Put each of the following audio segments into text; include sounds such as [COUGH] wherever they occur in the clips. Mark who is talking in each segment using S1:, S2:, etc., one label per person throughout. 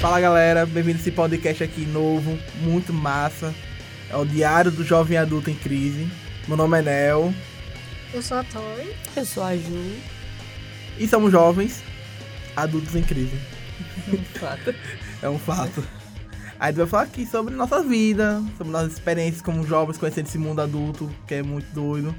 S1: Fala galera, bem-vindo a esse podcast aqui novo, muito massa. É o Diário do Jovem Adulto em Crise. Meu nome é Nel
S2: Eu sou a Tori.
S3: Eu sou a Ju.
S1: e somos jovens adultos em crise.
S3: Fato.
S1: [LAUGHS] É um fato. A gente vai falar aqui sobre nossa vida, sobre nossas experiências como jovens conhecendo esse mundo adulto, que é muito doido.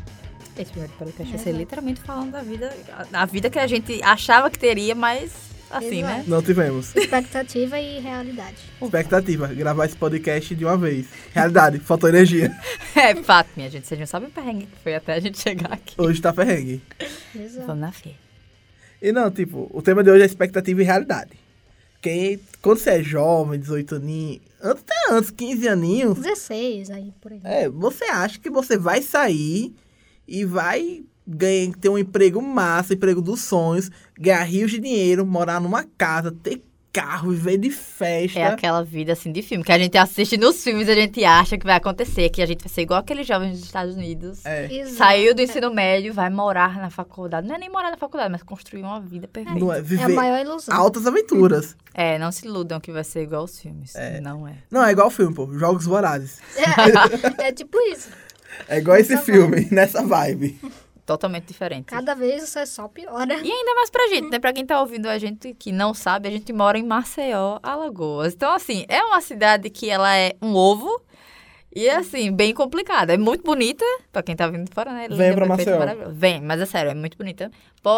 S3: Esse primeiro podcast vai
S2: Exato.
S3: ser literalmente falando da vida, a, a vida que a gente achava que teria, mas assim, né?
S1: Não tivemos.
S2: Expectativa e realidade.
S1: Expectativa, gravar esse podcast de uma vez. Realidade, [LAUGHS] faltou energia.
S3: [LAUGHS] É fato, minha gente. Vocês não sabem o perrengue que foi até a gente chegar aqui.
S1: Hoje tá ferrengue.
S2: Exato.
S3: Vamos na fé.
S1: E não, tipo, o tema de hoje é expectativa e realidade. Quem, quando você é jovem, 18 aninhos, antes- até antes, 15 aninhos,
S2: 16 aí, por aí.
S1: é, você acha que você vai sair e vai ganhar, ter um emprego massa, emprego dos sonhos, ganhar rios de dinheiro, morar numa casa, ter carro, viver de festa.
S3: É aquela vida assim de filme que a gente assiste nos filmes e a gente acha que vai acontecer, que a gente vai ser igual aqueles jovens dos Estados Unidos.
S1: É,
S2: Exato.
S3: Saiu do ensino médio, vai morar na faculdade. Não é nem morar na faculdade, mas construir uma vida perfeita.
S1: não é
S2: É a
S1: viver
S2: maior ilusão.
S1: altas aventuras.
S3: É, não se iludam que vai ser igual aos filmes. Não é.
S1: Não, é igual filme, pô, Jogos Vorazes.
S2: [LAUGHS] É, é tipo isso.
S1: É igual esse
S2: Nessa
S1: filme, [LAUGHS] nessa vibe.
S3: Totalmente diferente.
S2: Cada vez você só piora.
S3: E ainda mais pra gente, né? Pra quem tá ouvindo a gente que não sabe, a gente mora em Maceió, Alagoas. Então, assim, é uma cidade que ela é um ovo e, assim, bem complicada. É muito bonita, pra quem tá vindo de fora, né? Linda,
S1: Vem pra
S3: perfeita,
S1: Maceió.
S3: maravilhosa. Vem, mas é sério, é muito bonita.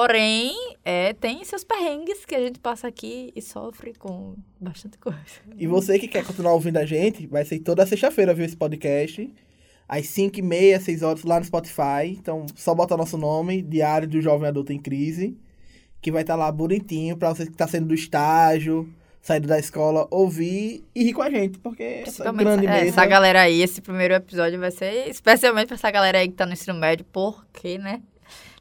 S3: Porém, é, tem seus perrengues que a gente passa aqui e sofre com bastante coisa.
S1: E você que quer continuar ouvindo a gente, vai ser toda sexta-feira, viu, esse podcast. Às 5 e meia, 6 horas, lá no Spotify. Então, só bota nosso nome, Diário do Jovem Adulto em Crise. Que vai estar lá bonitinho pra você que tá saindo do estágio, saindo da escola, ouvir e rir com a gente. Porque essa
S3: Principalmente
S1: grande
S3: essa- é,
S1: mesa...
S3: essa galera aí, esse primeiro episódio vai ser especialmente pra essa galera aí que tá no ensino médio, porque, né?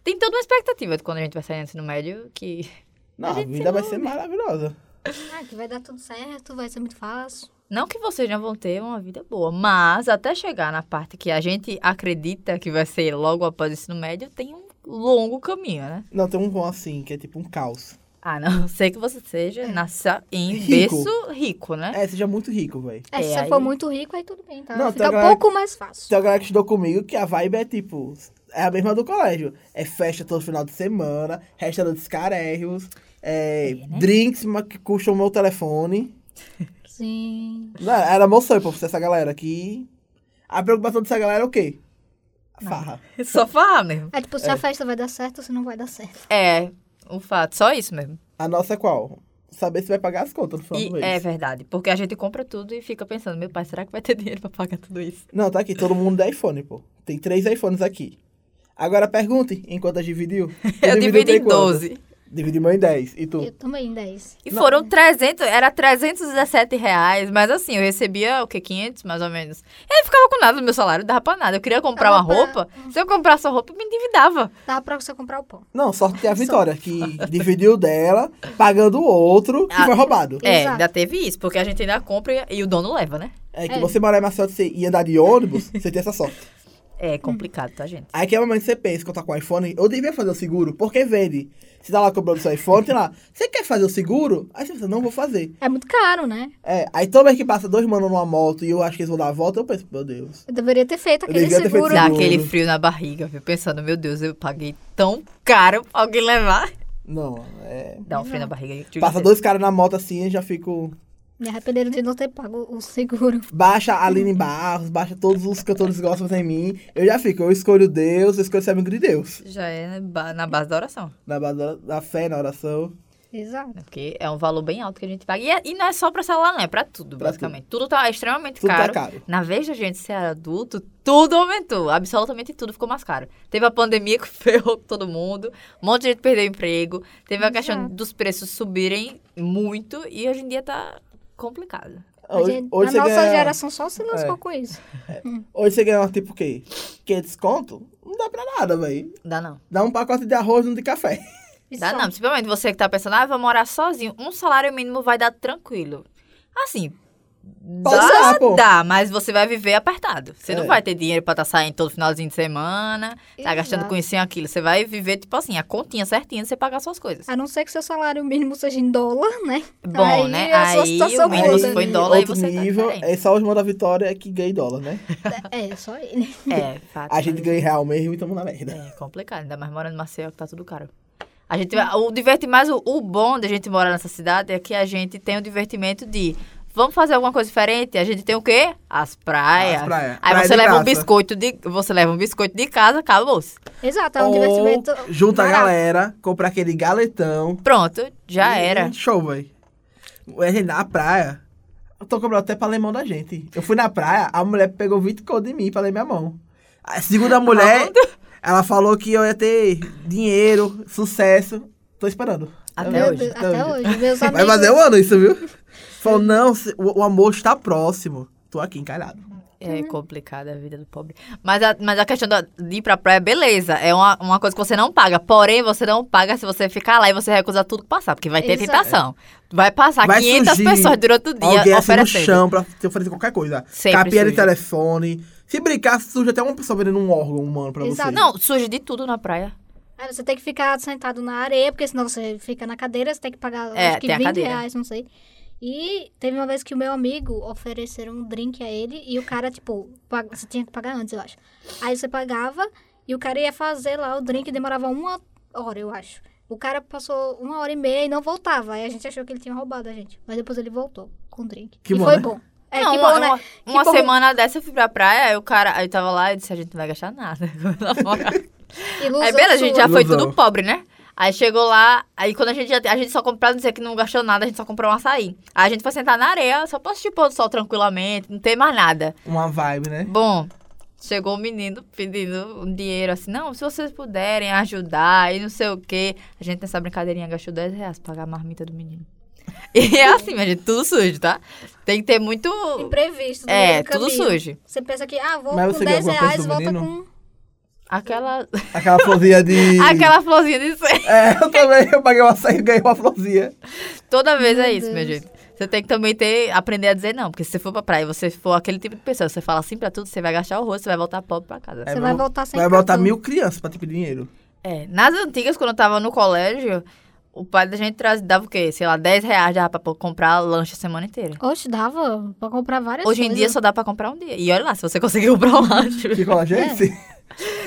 S3: Tem toda uma expectativa de quando a gente vai sair do ensino médio, que
S1: Não,
S3: a
S1: a
S3: gente
S1: vida vai
S3: não-
S1: ser maravilhosa.
S2: Ah, que vai dar tudo certo, vai ser muito fácil.
S3: não que vocês não vão ter uma vida boa, mas até chegar na parte que a gente acredita que vai ser logo após o ensino médio, tem um longo caminho, né?
S1: Não, tem um bom assim, que é tipo um caos.
S3: A não [LAUGHS] ser que você seja nasça em
S1: Rico.
S3: berço rico, né?
S1: É, seja muito rico, velho.
S2: É, se
S3: É,
S2: você
S3: aí-
S2: for muito rico, aí tudo bem, tá?
S1: Não,
S2: Fica
S1: tem
S2: um
S1: a-
S2: pouco mais fácil.
S1: Tem uma galera que estudou comigo que a vibe é tipo. É a mesma do colégio. É festa todo final de semana, restaurantes carérrimos, é,
S3: É, né?
S1: drinks ma- que custam o meu telefone. Tá.
S2: Sim.
S1: Não, era meu sonho pra você, essa galera aqui. A preocupação dessa galera é o quê? A farra.
S3: Só falar mesmo.
S2: É tipo, se a festa vai dar certo ou se não vai dar certo.
S3: É, um fato, só isso mesmo.
S1: A nossa é qual? Saber se vai pagar as contas no final
S3: E
S1: do mês.
S3: é verdade, porque a gente compra tudo e fica pensando, meu pai, será que vai ter dinheiro pra pagar tudo isso?
S1: Não, tá aqui, todo mundo é iPhone, pô. Tem três iPhones aqui. Agora pergunte enquanto a dividiu.
S3: [LAUGHS] Eu divido em
S1: quanto?
S3: 12.
S1: Dividi meu em 10. E tu?
S2: Eu também em 10.
S3: E
S1: Não.
S3: foram 300, era 317 reais, mas assim, eu recebia, o que, 500 mais ou menos. E aí ficava com nada no meu salário, dava pra nada. Eu queria comprar uma
S2: Dava pra-
S3: roupa, se eu comprasse a roupa, eu me endividava.
S2: Dá pra você comprar o pão.
S1: Não, sorte tem a Vitória, que dividiu dela, pagando o outro, que
S3: Ah.
S1: foi roubado.
S3: É,
S2: Exato.
S3: ainda teve isso, porque a gente ainda compra e, e o dono leva, né?
S1: É que
S2: É.
S1: você morar em Maceió você ia andar de ônibus, você tem essa sorte.
S3: É complicado, tá, gente?
S1: Aí que é o momento que você pensa que eu tô com o iPhone, eu devia fazer o seguro, porque vende. Você tá lá comprando seu iPhone, tem lá, você quer fazer o seguro? Aí você pensa, não vou fazer.
S2: É muito caro, né?
S1: É, aí toda vez que passa dois manos numa moto e eu acho que eles vão dar a volta, eu penso, meu Deus.
S2: Eu deveria ter feito
S1: Eu
S2: aquele
S1: devia ter feito
S2: seguro.
S3: Dá
S1: Seguro.
S3: aquele frio na barriga, viu? Pensando, meu Deus, eu paguei tão caro pra alguém levar.
S1: Não, é.
S3: Dá um frio na barriga. digo
S1: Passa
S3: assim.
S1: dois caras na moto assim, eu já fico.
S2: Me arrependeram de não ter pago o seguro. [LAUGHS]
S1: Baixa a Aline Barros, baixa todos os cantores gospel em mim. Eu já fico, eu escolho Deus, eu escolho ser amigo de Deus.
S3: Já é ba- na base da oração.
S1: Na base da- da fé, na oração.
S2: Exato.
S3: né? Porque é um valor bem alto que a gente paga. E, é- e não é só pra celular, não. É pra tudo,
S1: Pra
S3: basicamente. Tudo. tá extremamente
S1: Tudo
S3: caro.
S1: tá caro.
S3: Na vez da gente ser adulto, tudo aumentou. Absolutamente tudo ficou mais caro. Teve a pandemia que [LAUGHS] ferrou com todo mundo. Um monte de gente perdeu emprego. Teve a questão
S2: Exato.
S3: dos preços subirem muito. E hoje em dia tá complicado.
S2: A
S1: Hoje,
S2: gente-
S1: hoje
S2: a
S1: você
S2: nossa
S1: ganha,
S2: geração só se lascou
S1: É.
S2: com isso.
S1: Hoje você ganha, tipo, o quê? 500 conto? Não dá pra nada, velho.
S3: Dá não.
S1: Dá um pacote de arroz e um de
S2: [LAUGHS]
S1: café.
S2: E
S3: Dá
S2: só.
S3: não. tá Principalmente você que tá pensando, ah, eu vou morar sozinho. Um salário mínimo vai dar tranquilo. Assim,
S1: Pode
S3: dá,
S1: usar, pô.
S3: dá, mas você vai viver apertado. Você
S1: É.
S3: não vai ter dinheiro pra estar saindo todo finalzinho de semana, tá gastando
S2: Exato.
S3: com isso e aquilo. Você vai viver, tipo assim, a continha certinha de você pagar suas coisas.
S2: A não ser que seu salário mínimo seja em dólar, né?
S3: Bom,
S2: Ah, Aí
S3: né?
S2: a sua
S3: Aí
S2: situação
S3: o mínimo
S2: muda,
S3: se foi em
S2: né?
S3: dólar e
S1: Outro
S3: você
S1: nível,
S3: tá diferente.
S1: é só os irmãos da vitória é que ganha em dólar, né?
S2: É, só ele.
S3: É, fato.
S1: A gente ganha em real mesmo e tamo na merda.
S3: É complicado, ainda mais morando em Maceió, que tá tudo caro. A gente, vai- o diverti mais o, o bom da gente morar nessa cidade é que a gente tem o divertimento de vamos fazer alguma coisa diferente. A gente tem o quê? As praias.
S1: As praias.
S3: Aí
S1: Praia
S3: você
S1: de
S3: leva um
S1: graça.
S3: biscoito de você leva um biscoito de casa, acabou-se.
S2: Exato, é um
S1: Ou
S2: divertimento.
S1: Junta a
S2: barato.
S1: galera, compra aquele galetão.
S3: Pronto, já
S1: E
S3: era.
S1: Show, velho. Na praia, eu tô cobrando até pra ler mão da gente. Eu fui na praia, a mulher pegou 20 conto de mim pra ler minha mão. A
S3: [LAUGHS]
S1: segunda mulher, ela falou que eu ia ter dinheiro, sucesso. Tô esperando.
S3: Até
S2: Meu
S3: hoje.
S2: Deus, Até hoje. Meus amigos.
S1: Vai fazer um ano isso, viu? Falou, não, se- o, o amor está próximo. Tô aqui encalhado.
S3: É complicada a vida do pobre. Mas a, mas a questão da- de ir pra praia, beleza. É uma, uma coisa que você não paga. Porém, você não paga se você ficar lá e você recusar tudo que passar. Porque vai ter
S2: Exato.
S3: tentação. Vai passar
S1: Vai
S3: 500
S1: surgir
S3: pessoas durante o dia
S1: Alguém assim no
S3: oferecendo.
S1: chão pra te oferecer qualquer coisa.
S3: Sempre
S1: Capinha de
S3: surge.
S1: telefone. Se brincar, surge até uma pessoa vendendo um órgão humano pra você.
S2: Exato.
S3: Ah, Não, surge de tudo na praia.
S2: Aí você tem que ficar sentado na areia, porque senão você fica na cadeira, você tem que pagar
S3: É,
S2: acho que
S3: tem a
S2: 20
S3: cadeira.
S2: reais, não sei. E teve uma vez que o meu amigo ofereceram um drink a ele e o cara, tipo, pag- você tinha que pagar antes, eu acho. Aí você pagava e o cara ia fazer lá o drink, demorava uma hora, eu acho. O cara passou uma hora e meia e não voltava. Aí a gente achou que ele tinha roubado a gente. Mas depois ele voltou com o drink.
S1: Que
S2: e
S1: bom,
S2: foi
S1: né?
S2: bom. É,
S3: Não,
S2: que
S3: uma,
S2: bom, né?
S3: uma-
S2: Que
S3: uma
S2: bom.
S3: semana dessa eu fui pra praia, aí o cara. Aí eu tava lá e disse: a gente não vai gastar nada. [LAUGHS] Na moral.
S2: Ilusão
S3: Aí beleza, é a gente
S2: sua.
S3: já foi
S1: Ilusão.
S3: tudo pobre, né? Aí chegou lá, aí quando a gente já, a gente só comprou, não sei que não gastou nada, a gente só comprou um açaí. Aí a gente foi sentar na areia, só pra assistir o pôr do sol tranquilamente, não tem mais nada.
S1: Uma vibe, né?
S3: Bom, chegou o menino pedindo um dinheiro assim, não, se vocês puderem ajudar e não sei o quê. A gente nessa brincadeirinha gastou 10 reais pra pagar a marmita do menino. [LAUGHS] E é assim, minha gente, tudo sujo, tá? Tem que ter muito.
S2: Imprevisto. no
S3: É,
S2: meio do
S3: tudo
S2: caminho.
S3: sujo.
S2: Você pensa que, ah, vou
S1: Mas
S2: com
S1: você ganhou
S2: 10
S1: alguma coisa
S2: reais,
S1: do
S2: volta
S1: menino?
S2: com.
S3: Aquela,
S1: Aquela florzinha de.
S3: [LAUGHS] aquela florzinha de ser.
S1: É, eu também. Eu paguei uma saída e ganhei uma florzinha.
S3: Toda vez é
S2: Meu
S3: isso, minha
S2: Deus.
S3: gente. Você tem que também ter, aprender a dizer não. Porque se você for pra praia e você for aquele tipo de pessoa, você fala assim pra tudo, você vai gastar o rosto, você vai voltar pobre pra casa.
S1: É,
S2: Você vai
S1: vou-
S2: voltar sem
S1: Vai botar
S2: cartão.
S1: mil crianças pra te pedir dinheiro.
S3: É, nas antigas, quando eu tava no colégio, o pai da gente traz- dava o quê? Sei lá, 10 reais dava pra pô- comprar lanche a semana inteira.
S2: Oxe, dava pra comprar várias
S3: Hoje em dia
S2: coisas.
S3: só dá pra comprar um dia. E olha lá, se você [LAUGHS] conseguir comprar um
S1: [LAUGHS]
S3: lanche.
S1: Que colégio é esse?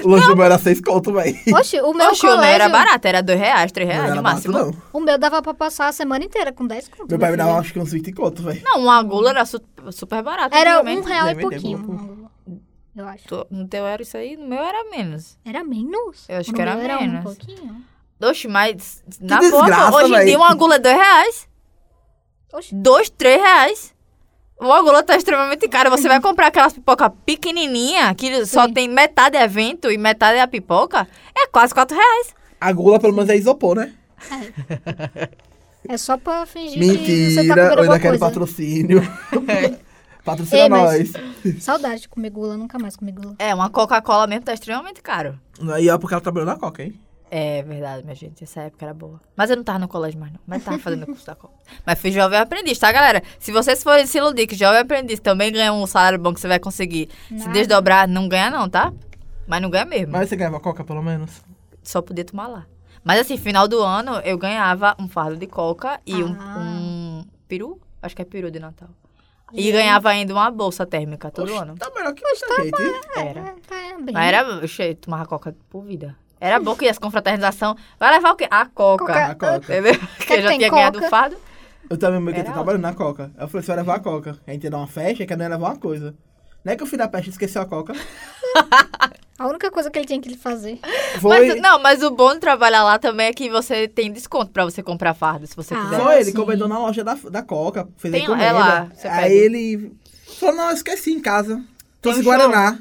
S1: O lanche do meu era seis conto, véi.
S2: Oxe, o meu
S3: Oxe, o
S2: colégio,
S3: meu era barato, era 2 reais, 3
S1: Não
S3: reais
S1: era
S3: É, no
S1: barato,
S3: máximo.
S1: não.
S2: O meu dava pra passar a semana inteira com 10 conto.
S1: Meu pai me
S2: filho.
S1: dava acho que uns 20 conto, véi.
S3: Não, uma gula era su- super barato.
S2: Era um
S3: antigamente.
S2: real e
S1: Nem me deu
S2: pouquinho. Eu acho.
S3: Tu- No teu era isso aí, no meu era menos.
S2: Era menos?
S3: Eu acho
S2: No
S3: que era
S2: meu um
S3: menos.
S2: pouquinho.
S3: Oxe, mas na
S1: desgraça,
S3: boa, hoje
S1: véi.
S3: em dia uma gula é 2 reais.
S2: Oxe.
S3: dois, três reais. Uma gula tá extremamente cara. Você vai comprar aquelas pipoca pequenininha, que só
S2: Sim.
S3: tem metade é vento e metade é a pipoca, é quase quatro reais.
S1: A gula pelo menos é isopor, né?
S2: É só pra fingir que você tá
S1: Mentira,
S2: comendo
S1: eu ainda
S2: alguma
S1: quero
S2: coisa.
S1: patrocínio. Patrocina
S2: Ei,
S1: nós.
S2: mas- Saudade de comer gula, nunca mais comer gula.
S3: É, uma Coca-Cola mesmo tá extremamente caro.
S1: Aí é porque ela trabalhou na Coca, hein?
S3: É verdade, minha gente. Essa época era boa. Mas eu não tava no colégio mais, não. Mas tava fazendo o curso da Coca. Mas fui jovem aprendiz, tá, galera? Se vocês forem se iludir que jovem aprendiz também ganha um salário bom que você vai conseguir se
S2: Nada.
S3: desdobrar, não ganha não, tá? Mas não ganha mesmo.
S1: Mas você ganhava Coca, pelo menos?
S3: só podia tomar lá. Mas assim, final do ano eu ganhava um fardo de coca e um,
S2: Ah.
S3: um peru, acho que é peru de Natal. E ganhava ainda uma bolsa térmica todo
S1: Oxe,
S3: ano.
S1: Tá melhor que hoje, tá, gente?
S3: Era.
S2: É, tá bem.
S3: Mas era, oxe, tomava coca por vida. Era bom que as confraternização, vai levar o quê? A coca.
S2: Coca. É
S1: A Coca.
S3: Entendeu? Porque eu já
S2: tem
S3: tinha ganhado
S2: coca.
S3: o fardo.
S1: Eu também, meu querido,
S3: Era
S1: trabalhando na Coca. Eu falei, se eu levar a Coca, a gente ia dar uma festa, que a não ia levar uma coisa. Não é que eu fui da peste e esqueci a Coca.
S2: A única coisa que ele tinha que fazer.
S1: Foi...
S3: Mas, não, mas o bom de trabalhar lá também é que você tem desconto pra você comprar fardo, se você
S2: Ah.
S3: quiser.
S1: Só ele
S2: sim.
S1: encomendou na loja da, da Coca, fez a
S3: Tem- é
S1: encomenda.
S3: lá, você
S1: aí
S3: pede.
S1: ele falou, não, eu esqueci em casa. Trouxe
S3: um
S1: Guaraná.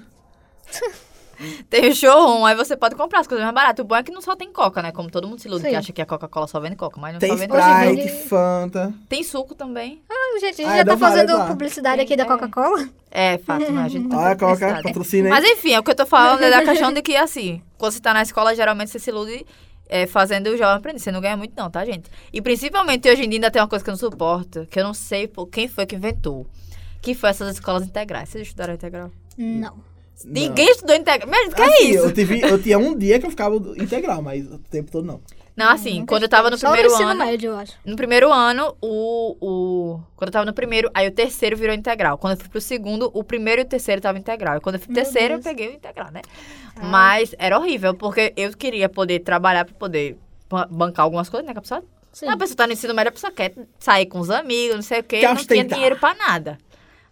S3: Tem o showroom, aí você pode comprar as coisas mais baratas. O bom é que não só tem coca, né? Como todo mundo se ilude que
S2: Sim.
S3: acha que a Coca-Cola só vende coca, mas não
S1: Tem
S3: só vende
S2: Hoje em
S1: Sprite,
S2: dia-
S1: Fanta.
S3: Tem suco também.
S2: Ah, gente, a gente
S1: Ah,
S2: já
S1: dá
S2: tá
S1: várias
S2: fazendo
S1: lá.
S2: publicidade aqui da
S3: É.
S2: Coca-Cola.
S3: É, fato, né? A
S1: [LAUGHS]
S3: gente tá
S1: Olha a
S3: com
S1: Coca,
S3: necessidade.
S1: patrocina
S3: Mas
S1: aí.
S3: enfim, é o que eu tô falando é da questão de que, assim, quando você tá na escola, geralmente você se ilude é, fazendo o jovem aprendiz. Você não ganha muito não, tá, gente? E principalmente hoje em dia ainda tem uma coisa que eu não suporto, que eu não sei por quem foi que inventou. que foi essas escolas integrais. Vocês estudaram integral?
S2: Não.
S3: Ninguém estudou integral. Mas o que é
S1: Assim,
S3: isso?
S1: Eu, tive, eu tinha um dia que eu ficava integral, mas o tempo todo não.
S3: Não, assim,
S2: Nunca
S3: quando eu tava no
S2: estudei.
S3: primeiro
S2: Uhum. Só no ensino
S3: ano.
S2: médio, eu acho.
S3: No primeiro ano, o, o. Quando eu tava no primeiro, aí o terceiro virou integral. Quando eu fui pro segundo, o primeiro e o terceiro tava integral. E quando eu fui pro
S2: Meu
S3: terceiro,
S2: Deus. É.
S3: eu peguei o integral, né? Mas era horrível, porque eu queria poder trabalhar pra poder ba- bancar algumas coisas, né? Que a pessoa,
S2: Sim.
S3: a pessoa tá no ensino médio, a pessoa quer sair com os amigos, não sei o quê.
S1: Quer
S3: não tinha
S1: ostentar.
S3: dinheiro pra nada.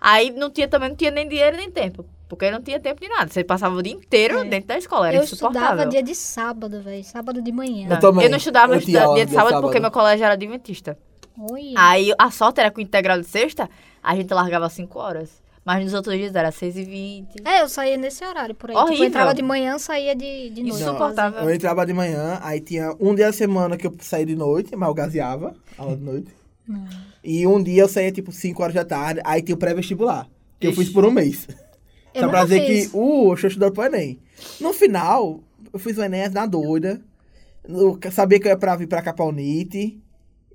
S3: Aí não tinha também, não tinha nem dinheiro nem tempo. Porque não tinha tempo de nada. Você passava o dia inteiro
S2: É.
S3: dentro da escola, era
S2: eu
S3: insuportável.
S2: estudava dia de sábado, velho. Sábado de manhã.
S1: Eu também.
S3: Eu não estudava
S1: Eu
S3: dia,
S1: tinha aula
S3: dia de
S1: dia
S3: sábado
S1: sábado.
S3: porque meu colégio era adventista.
S2: Oi.
S3: Aí a sorte era que o integral de sexta, a gente largava às 5 horas. Mas nos outros dias era 6 e 20
S2: É, eu saía nesse horário por aí. Tipo,
S3: Horrível.
S2: eu entrava de manhã, saía de, de noite.
S3: Insuportável.
S1: Eu entrava de manhã, aí tinha um dia da semana que eu saía de noite, mas eu gaseava, aula de noite.
S2: Não.
S1: E um dia eu saía tipo 5 horas da tarde, aí tinha o pré-vestibular. Que eu
S3: Ixi.
S1: fiz por um mês.
S2: Eu
S1: Só
S2: nunca
S1: pra dizer
S2: fiz.
S1: que, uh, eu estou estudando pro Enem. No final, eu fiz o Enem na doida. Eu sabia que eu ia pra vir pra cá pra Unite.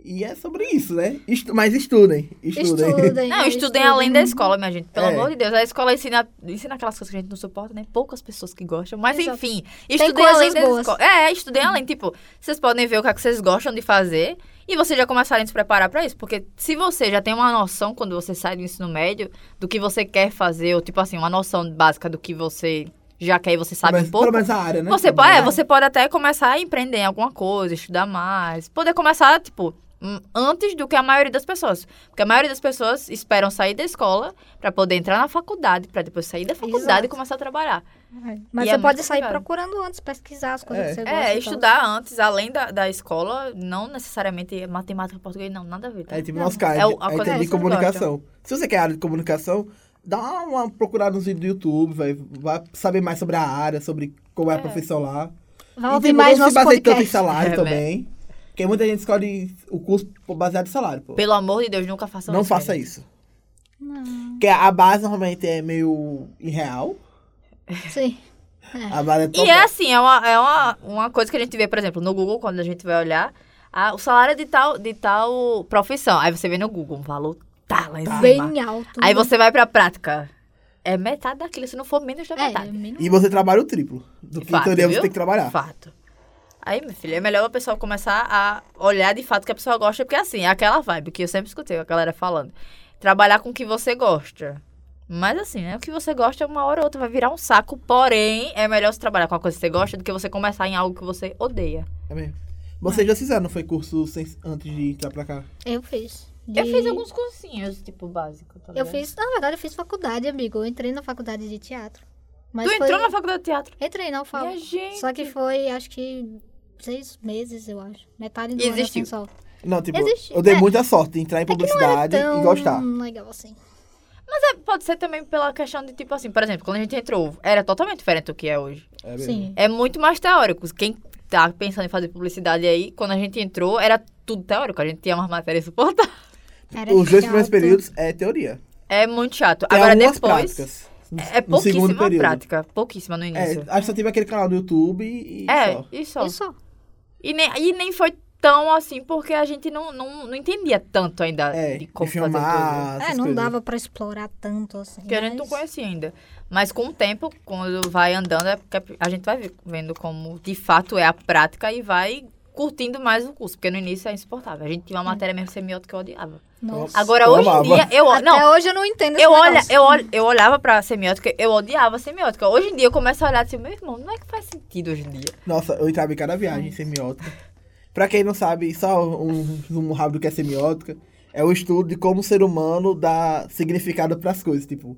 S1: E é sobre isso, né? Estu- mas estudem, estudem. [LAUGHS]
S2: Estudem.
S3: Não, estudem além da escola, minha gente. Pelo
S1: É.
S3: amor de Deus. A escola ensina, ensina aquelas coisas que a gente não suporta, né? Poucas pessoas que gostam. Mas
S2: Exato.
S3: enfim, estudem
S2: coisas
S3: além da
S2: boas.
S3: escola. É, estudem além. Tipo, vocês podem ver o que, é que vocês gostam de fazer e vocês já começarem a se preparar pra isso. Porque se você já tem uma noção quando você sai do ensino médio do que você quer fazer, ou tipo assim, uma noção básica do que você já quer e você sabe
S1: Mas
S3: um pouco.
S1: Pelo menos a área, né?
S3: Você
S1: Pelo
S3: pode, é,
S1: menos.
S3: você pode até começar a empreender em alguma coisa, estudar mais. Poder começar, tipo, hum, antes do que a maioria das pessoas. Porque a maioria das pessoas esperam sair da escola pra poder entrar na faculdade, pra depois sair da faculdade
S2: Exato.
S3: e começar a trabalhar.
S2: Mas
S3: E
S2: você
S3: é
S2: pode
S3: muito
S2: sair
S3: complicado.
S2: procurando antes, pesquisar as coisas
S1: É.
S2: que você gosta.
S3: É,
S2: e tal.
S3: estudar antes, além da, da escola, não necessariamente matemática, português, não, nada a ver. tá?
S1: Aí tipo,
S2: Não,
S1: nosso cara,
S3: é o- a
S1: a gente
S3: coisa
S1: é
S3: que
S1: de
S3: você
S1: comunicação. Se você quer área de comunicação, dá uma procurada nos vídeos do YouTube, vai, vai saber mais sobre a área, sobre como é,
S3: É.
S1: a profissão lá.
S2: Vai
S1: e
S2: ouvir
S1: tem
S2: mais
S1: não se
S2: nosso
S1: baseia tanto em
S2: podcast.
S1: salário
S3: É,
S1: também. Porque muita gente escolhe o curso baseado em salário, pô.
S3: Pelo amor de Deus, nunca façam
S1: Não
S3: isso.
S1: faça
S3: gente.
S1: isso. Porque a base normalmente é meio irreal.
S2: Sim.
S1: A base é
S3: E é assim, é, uma, é uma, uma coisa que a gente vê, por exemplo, no Google, quando a gente vai olhar, ah, o salário de tal, de tal profissão. Aí você vê no Google, um valor tá lá em cima.
S2: Bem alto.
S3: Aí você vai pra prática. É metade daquilo, se não for menos da
S2: É,
S3: metade.
S2: mínimo.
S1: E você trabalha o triplo do que
S3: Fato,
S1: em teoria você
S3: viu?
S1: tem que trabalhar.
S3: Fato. Aí, minha filha, é melhor a pessoa começar a olhar de fato o que a pessoa gosta, porque assim, é aquela vibe que eu sempre escutei a galera falando. Trabalhar com o que você gosta. Mas assim, né? O que você gosta, uma hora ou outra vai virar um saco. Porém, é melhor você trabalhar com a coisa que você gosta do que você começar em algo que você odeia.
S1: É mesmo. Vocês já fizeram, não foi curso sem- antes de entrar pra cá?
S2: Eu fiz.
S3: Eu
S2: De-
S3: fiz alguns cursinhos, tipo, básico. Tá
S2: Eu
S3: ligado?
S2: fiz, na verdade, eu fiz faculdade, amigo. Eu entrei na faculdade de teatro. Mas
S3: tu
S2: foi...
S3: entrou na faculdade de teatro?
S2: Entrei, não falo.
S3: Minha gente.
S2: Só que foi, acho que, seis meses, eu acho. Metade do
S3: E
S2: ano, assim,
S3: existiu.
S2: só.
S1: Não, tipo,
S2: Existe-
S1: eu dei
S2: é.
S1: muita sorte de entrar em publicidade
S2: Tão
S1: e gostar.
S2: legal assim.
S3: é, Pode ser também pela questão de, tipo assim, por exemplo, quando a gente entrou, era totalmente diferente do que é hoje.
S1: É mesmo.
S2: Sim.
S3: É muito mais teórico. Quem tá pensando em fazer publicidade aí, quando a gente entrou, era tudo teórico. A gente tinha umas matérias [LAUGHS] suportadas.
S2: Era
S1: Os dois
S2: chato.
S1: primeiros períodos é teoria.
S3: É muito chato.
S1: Tem
S3: Agora
S1: algumas
S3: depois.
S1: práticas. no-
S3: É
S1: no segundo
S3: pouquíssima
S1: período.
S3: prática. Pouquíssima no
S1: É,
S3: início.
S1: acho que só tive aquele canal do YouTube e
S3: É,
S1: só.
S3: e só.
S2: E só.
S3: E nem, e nem foi tão assim, porque a gente não, não, não entendia tanto ainda
S1: É,
S3: de
S1: e
S3: como fazer tudo.
S1: filmar,
S2: É,
S1: essas
S2: não
S1: coisas.
S2: dava pra explorar tanto assim.
S3: Porque a gente não
S2: mas-
S3: conhecia ainda. Mas com o tempo, quando vai andando, é porque a gente vai vendo como de fato é a prática e vai curtindo mais o curso. Porque no início é insuportável. A gente tinha
S2: Hum.
S3: uma matéria mesmo semiótica que eu odiava.
S2: Nossa.
S3: Agora,
S1: Eu
S3: hoje em
S1: amava.
S3: dia, eu.
S2: Até
S3: Não,
S2: hoje eu não entendo esse
S3: eu, olha,
S2: negócio.
S3: eu, olho, eu olhava pra semiótica, eu odiava a semiótica. Hoje em dia eu começo a olhar assim, meu irmão, não é que faz sentido hoje em dia.
S1: Nossa, eu entrava em cada viagem semiótica. Pra quem não sabe, só um resumo rápido do que é semiótica. É o estudo de como o ser humano dá significado pras coisas, tipo...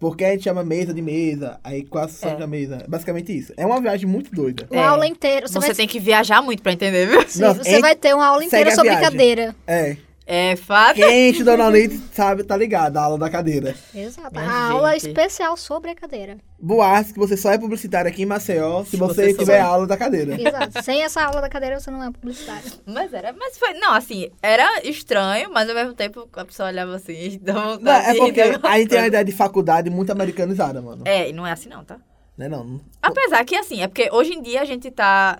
S1: Por que a gente chama mesa de mesa? Aí quais são
S3: É.
S1: da mesa? É Basicamente isso. É uma viagem muito doida.
S2: Uma
S3: É.
S2: aula inteira. Você,
S3: Você,
S2: vai,
S3: tem que viajar muito pra entender,
S2: [LAUGHS]
S3: viu?
S2: sim,
S1: Não,
S2: você
S1: en-
S2: vai ter uma aula
S1: segue
S2: inteira
S1: a
S2: sobre
S1: viagem.
S2: cadeira.
S1: É.
S3: É fato.
S1: Quem estudou na Unite sabe, tá ligado, a aula da cadeira.
S2: Exato.
S3: Minha
S2: A aula
S3: gente.
S2: especial sobre a cadeira.
S1: Boas que você só é publicitário aqui em Maceió se,
S3: Se
S1: você,
S3: você
S1: tiver
S3: souber.
S1: aula da cadeira.
S2: Exato. Sem essa aula da cadeira, você não é publicitário.
S3: Mas era, mas foi, não, assim, era estranho, mas ao mesmo tempo a pessoa olhava assim, e dava
S1: Não, é
S3: vontade de rir
S1: porque a
S3: da
S1: gente tem uma
S3: coisa.
S1: ideia de faculdade muito americanizada, mano.
S3: É, e não é assim não, tá?
S1: Né, não?
S3: Apesar que, assim, é porque hoje em dia a gente tá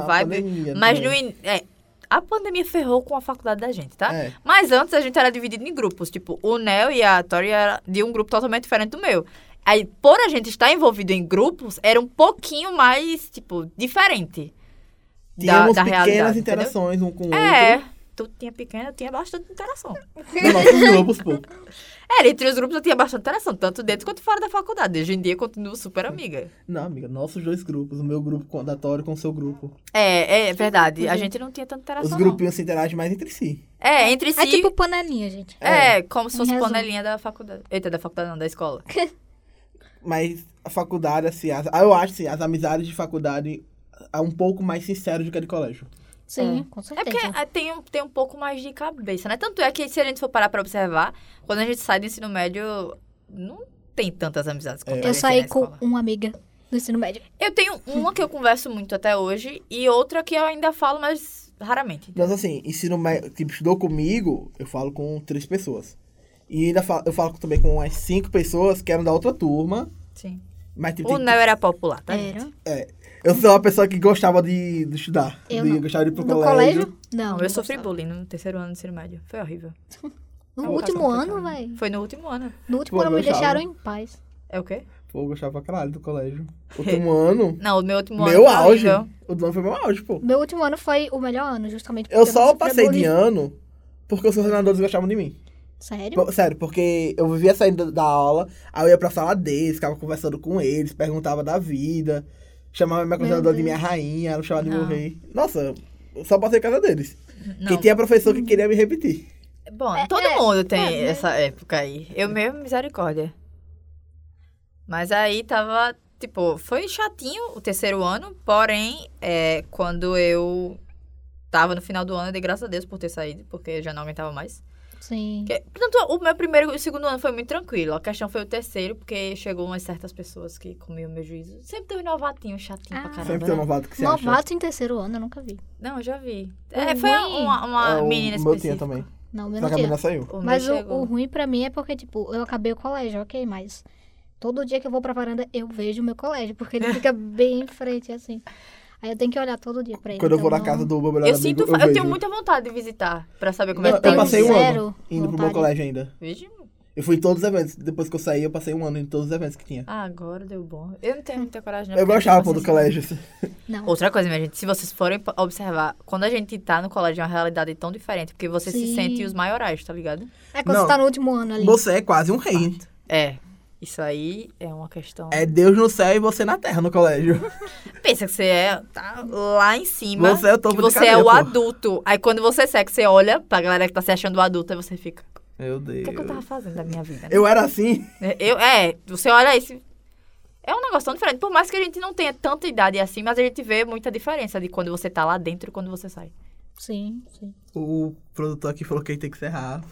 S1: Na
S3: vibe,
S1: pandemia
S3: mas no
S1: também.
S3: in... é, A pandemia ferrou com a faculdade da gente, tá?
S1: É.
S3: Mas antes a gente era dividido em grupos. Tipo, o Nel e a Tori eram de um grupo totalmente diferente do meu. Aí, por a gente estar envolvido em grupos, era um pouquinho mais, tipo, diferente.
S1: Tínhamos
S3: da
S1: pequenas
S3: realidade,
S1: interações um com o
S3: É. Tu tinha pequena, eu tinha bastante interação.
S1: outro. Nos nossos grupos, pô.
S3: Era, entre os grupos eu tinha bastante interação, tanto dentro quanto fora da faculdade. Hoje em dia eu continuo super amiga.
S1: Não, amiga, nossos dois grupos. O meu grupo com o da Tori com o seu grupo.
S3: É, é verdade. A gente não tinha tanta interação.
S1: Os
S3: Tá não.
S1: grupinhos se interagem mais entre si.
S3: É, entre si.
S2: É tipo panelinha, gente.
S3: É, como se
S2: Em
S3: fosse
S2: resumo.
S3: panelinha da faculdade. Eita, da faculdade não, da
S2: [LAUGHS]
S3: escola.
S1: Mas a faculdade, assim, as, eu acho assim, as amizades de faculdade é um pouco mais sincero do que a de colégio.
S2: Sim, com
S3: É
S2: certeza.
S3: porque ah, tem um, tem um pouco mais de cabeça, né? Tanto é que se a gente for parar pra observar, quando a gente sai do ensino médio, não tem tantas amizades
S1: É.
S3: quanto a
S2: Eu
S3: gente tem
S2: saí
S3: na
S2: com
S3: escola.
S2: uma amiga do ensino médio.
S3: Eu tenho uma que eu converso muito até hoje e outra que eu ainda falo, mas raramente.
S1: Mas assim, ensino médio, tipo, estudou comigo, eu falo com três pessoas. E ainda falo, eu falo também com umas cinco pessoas que eram da outra turma.
S3: Sim.
S1: Mas tipo,
S3: O
S1: tem-
S3: Neo era popular, tá? gente?
S2: Era.
S1: eu sou uma pessoa que gostava de, de estudar.
S2: Eu
S1: de,
S2: não.
S1: Gostava de ir pro
S2: No
S1: colégio.
S2: colégio? Não.
S3: Não,
S2: não
S3: eu sofri
S2: gostava.
S3: bullying no terceiro ano do ensino médio. Foi horrível.
S2: No
S3: Foi uma
S2: último
S3: educação
S2: ano,
S3: complicada.
S2: velho.
S3: Foi no último ano.
S2: No último
S1: Pô,
S2: ano me
S1: gostava.
S2: deixaram em paz.
S3: É o quê?
S1: Pô, eu gostava pra caralho do colégio. Último ano.
S3: Não, o meu último ano.
S1: Meu
S3: foi
S1: auge.
S3: horrível.
S1: O do ano foi meu auge, pô.
S2: Meu último ano foi o melhor ano, justamente
S1: Eu
S2: porque não
S1: só
S2: sofri
S1: passei de
S2: bullying.
S1: ano porque os coordenadores gostavam de mim.
S2: Sério?
S1: Po- Sério, porque eu vivia saindo da aula, aí eu ia pra sala deles, ficava conversando com eles, perguntava da vida, chamava minha
S2: Meu
S1: coordenadora de
S3: Uhum.
S2: Deus.
S1: minha rainha, ela me chamava de meu
S3: Não.
S1: rei. Nossa, eu só passei em casa deles.
S3: Ah. Não.
S1: Que tinha professor que queria me repetir.
S3: Bom,
S2: É,
S3: todo
S2: é,
S3: mundo tem
S2: é, né?
S3: essa época aí. Eu mesmo, misericórdia. Mas aí tava, tipo, foi chatinho o terceiro ano, porém, é, quando eu tava no final do ano, eu dei graças a Deus por ter saído, porque eu já não aguentava mais.
S2: Sim.
S3: Porque, portanto, o meu primeiro e o segundo ano foi muito tranquilo. A questão foi o terceiro, porque chegou umas certas pessoas que comiam meu juízo. Sempre tem um novatinho chatinho pra
S2: Ah.
S3: caramba.
S1: Sempre tem um
S3: né?
S1: novato que se acha.
S2: Novato em terceiro ano, eu nunca vi.
S3: Não, eu já vi.
S2: O
S3: É, foi
S2: ruim-
S3: uma, uma
S1: É, o
S3: menina
S1: meu
S3: específica.
S1: tinha também.
S2: Não, o meu
S1: Só
S2: não
S1: que a
S2: tinha.
S1: menina saiu.
S3: O meu
S2: Mas o,
S3: chegou.
S2: o ruim pra mim é porque, tipo, eu acabei o colégio, ok, mas todo dia que eu vou pra varanda, eu vejo o meu colégio, porque ele
S1: [LAUGHS]
S2: fica bem em frente, assim. Aí eu tenho que olhar todo dia pra ele.
S1: Quando eu
S2: então
S1: vou na
S2: não-
S1: casa do meu melhor
S3: Eu
S1: amigo,
S3: sinto,
S1: eu,
S3: fa- eu tenho
S1: vejo.
S3: muita vontade de visitar pra saber como
S1: Eu-
S3: é que
S1: eu
S3: tá. isso. É.
S1: passei um ano
S2: zero
S1: Indo pro meu
S2: vontade.
S1: colégio ainda.
S3: Vixe,
S1: Eu fui em todos os eventos. Depois que eu saí, eu passei um ano em todos os eventos que tinha.
S3: ah, agora deu bom. Eu não tenho muita coragem. não,
S1: Eu
S3: porque
S1: gostava pô,
S3: tenho
S1: do
S3: paciência.
S1: colégio.
S2: Não.
S3: Outra coisa, minha gente, se vocês forem p- observar, quando a gente tá no colégio é uma realidade tão diferente, porque você se
S2: Sim.
S3: sente os maiorais, tá ligado?
S2: É quando
S1: Não.
S2: você tá no último ano ali.
S1: Você é quase um rei.
S3: É. Isso aí é uma questão.
S1: É Deus no céu e você na terra no colégio.
S3: Pensa que você é tá lá em cima.
S1: Você é o topo
S3: que
S1: de
S3: você
S1: cadeia,
S3: é o
S1: pô.
S3: adulto. Aí quando você segue, você olha pra galera que tá se achando adulta e você fica.
S1: Meu
S3: O
S1: Deus.
S3: que, é que eu tava fazendo da minha vida? né?
S1: Eu era assim.
S3: É, Eu, é, você olha esse. É um negócio tão diferente. Por mais que a gente não tenha tanta idade assim, mas a gente vê muita diferença de quando você tá lá dentro e quando você sai.
S2: Sim, sim.
S1: O produtor aqui falou que ele tem que encerrar.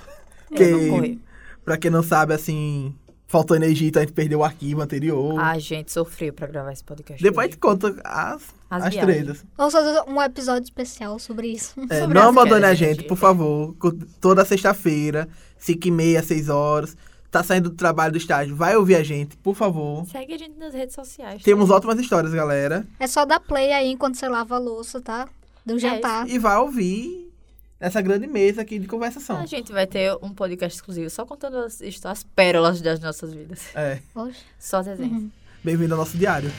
S3: É, vamos
S1: Que,
S3: correr.
S1: pra quem não sabe, assim, faltou energia, então a gente perdeu o arquivo anterior.
S3: A gente sofreu pra gravar esse podcast.
S1: Depois a
S3: hoje.
S1: gente conta as,
S3: As
S1: as
S3: viagens.
S1: tretas.
S2: Vamos fazer um episódio especial sobre isso. [LAUGHS]
S1: É,
S3: Sobre
S1: não
S3: as
S1: abandone a
S3: viagens,
S1: gente,
S3: gente.
S1: por favor. Co- Toda sexta-feira, 5 e meia, 6 horas. Tá saindo do trabalho do estágio. Vai ouvir a gente, por favor.
S3: Segue a gente nas redes sociais. tá?
S1: Temos ótimas histórias, galera.
S2: É só dar play aí enquanto você lava a louça, tá? Do jantar.
S1: E vai ouvir essa grande mesa aqui de conversação.
S3: A gente vai ter um podcast exclusivo só contando as, histó- as pérolas das nossas vidas.
S1: É.
S2: Oxe.
S3: Só desenhos.
S1: Bem-vindo ao nosso diário.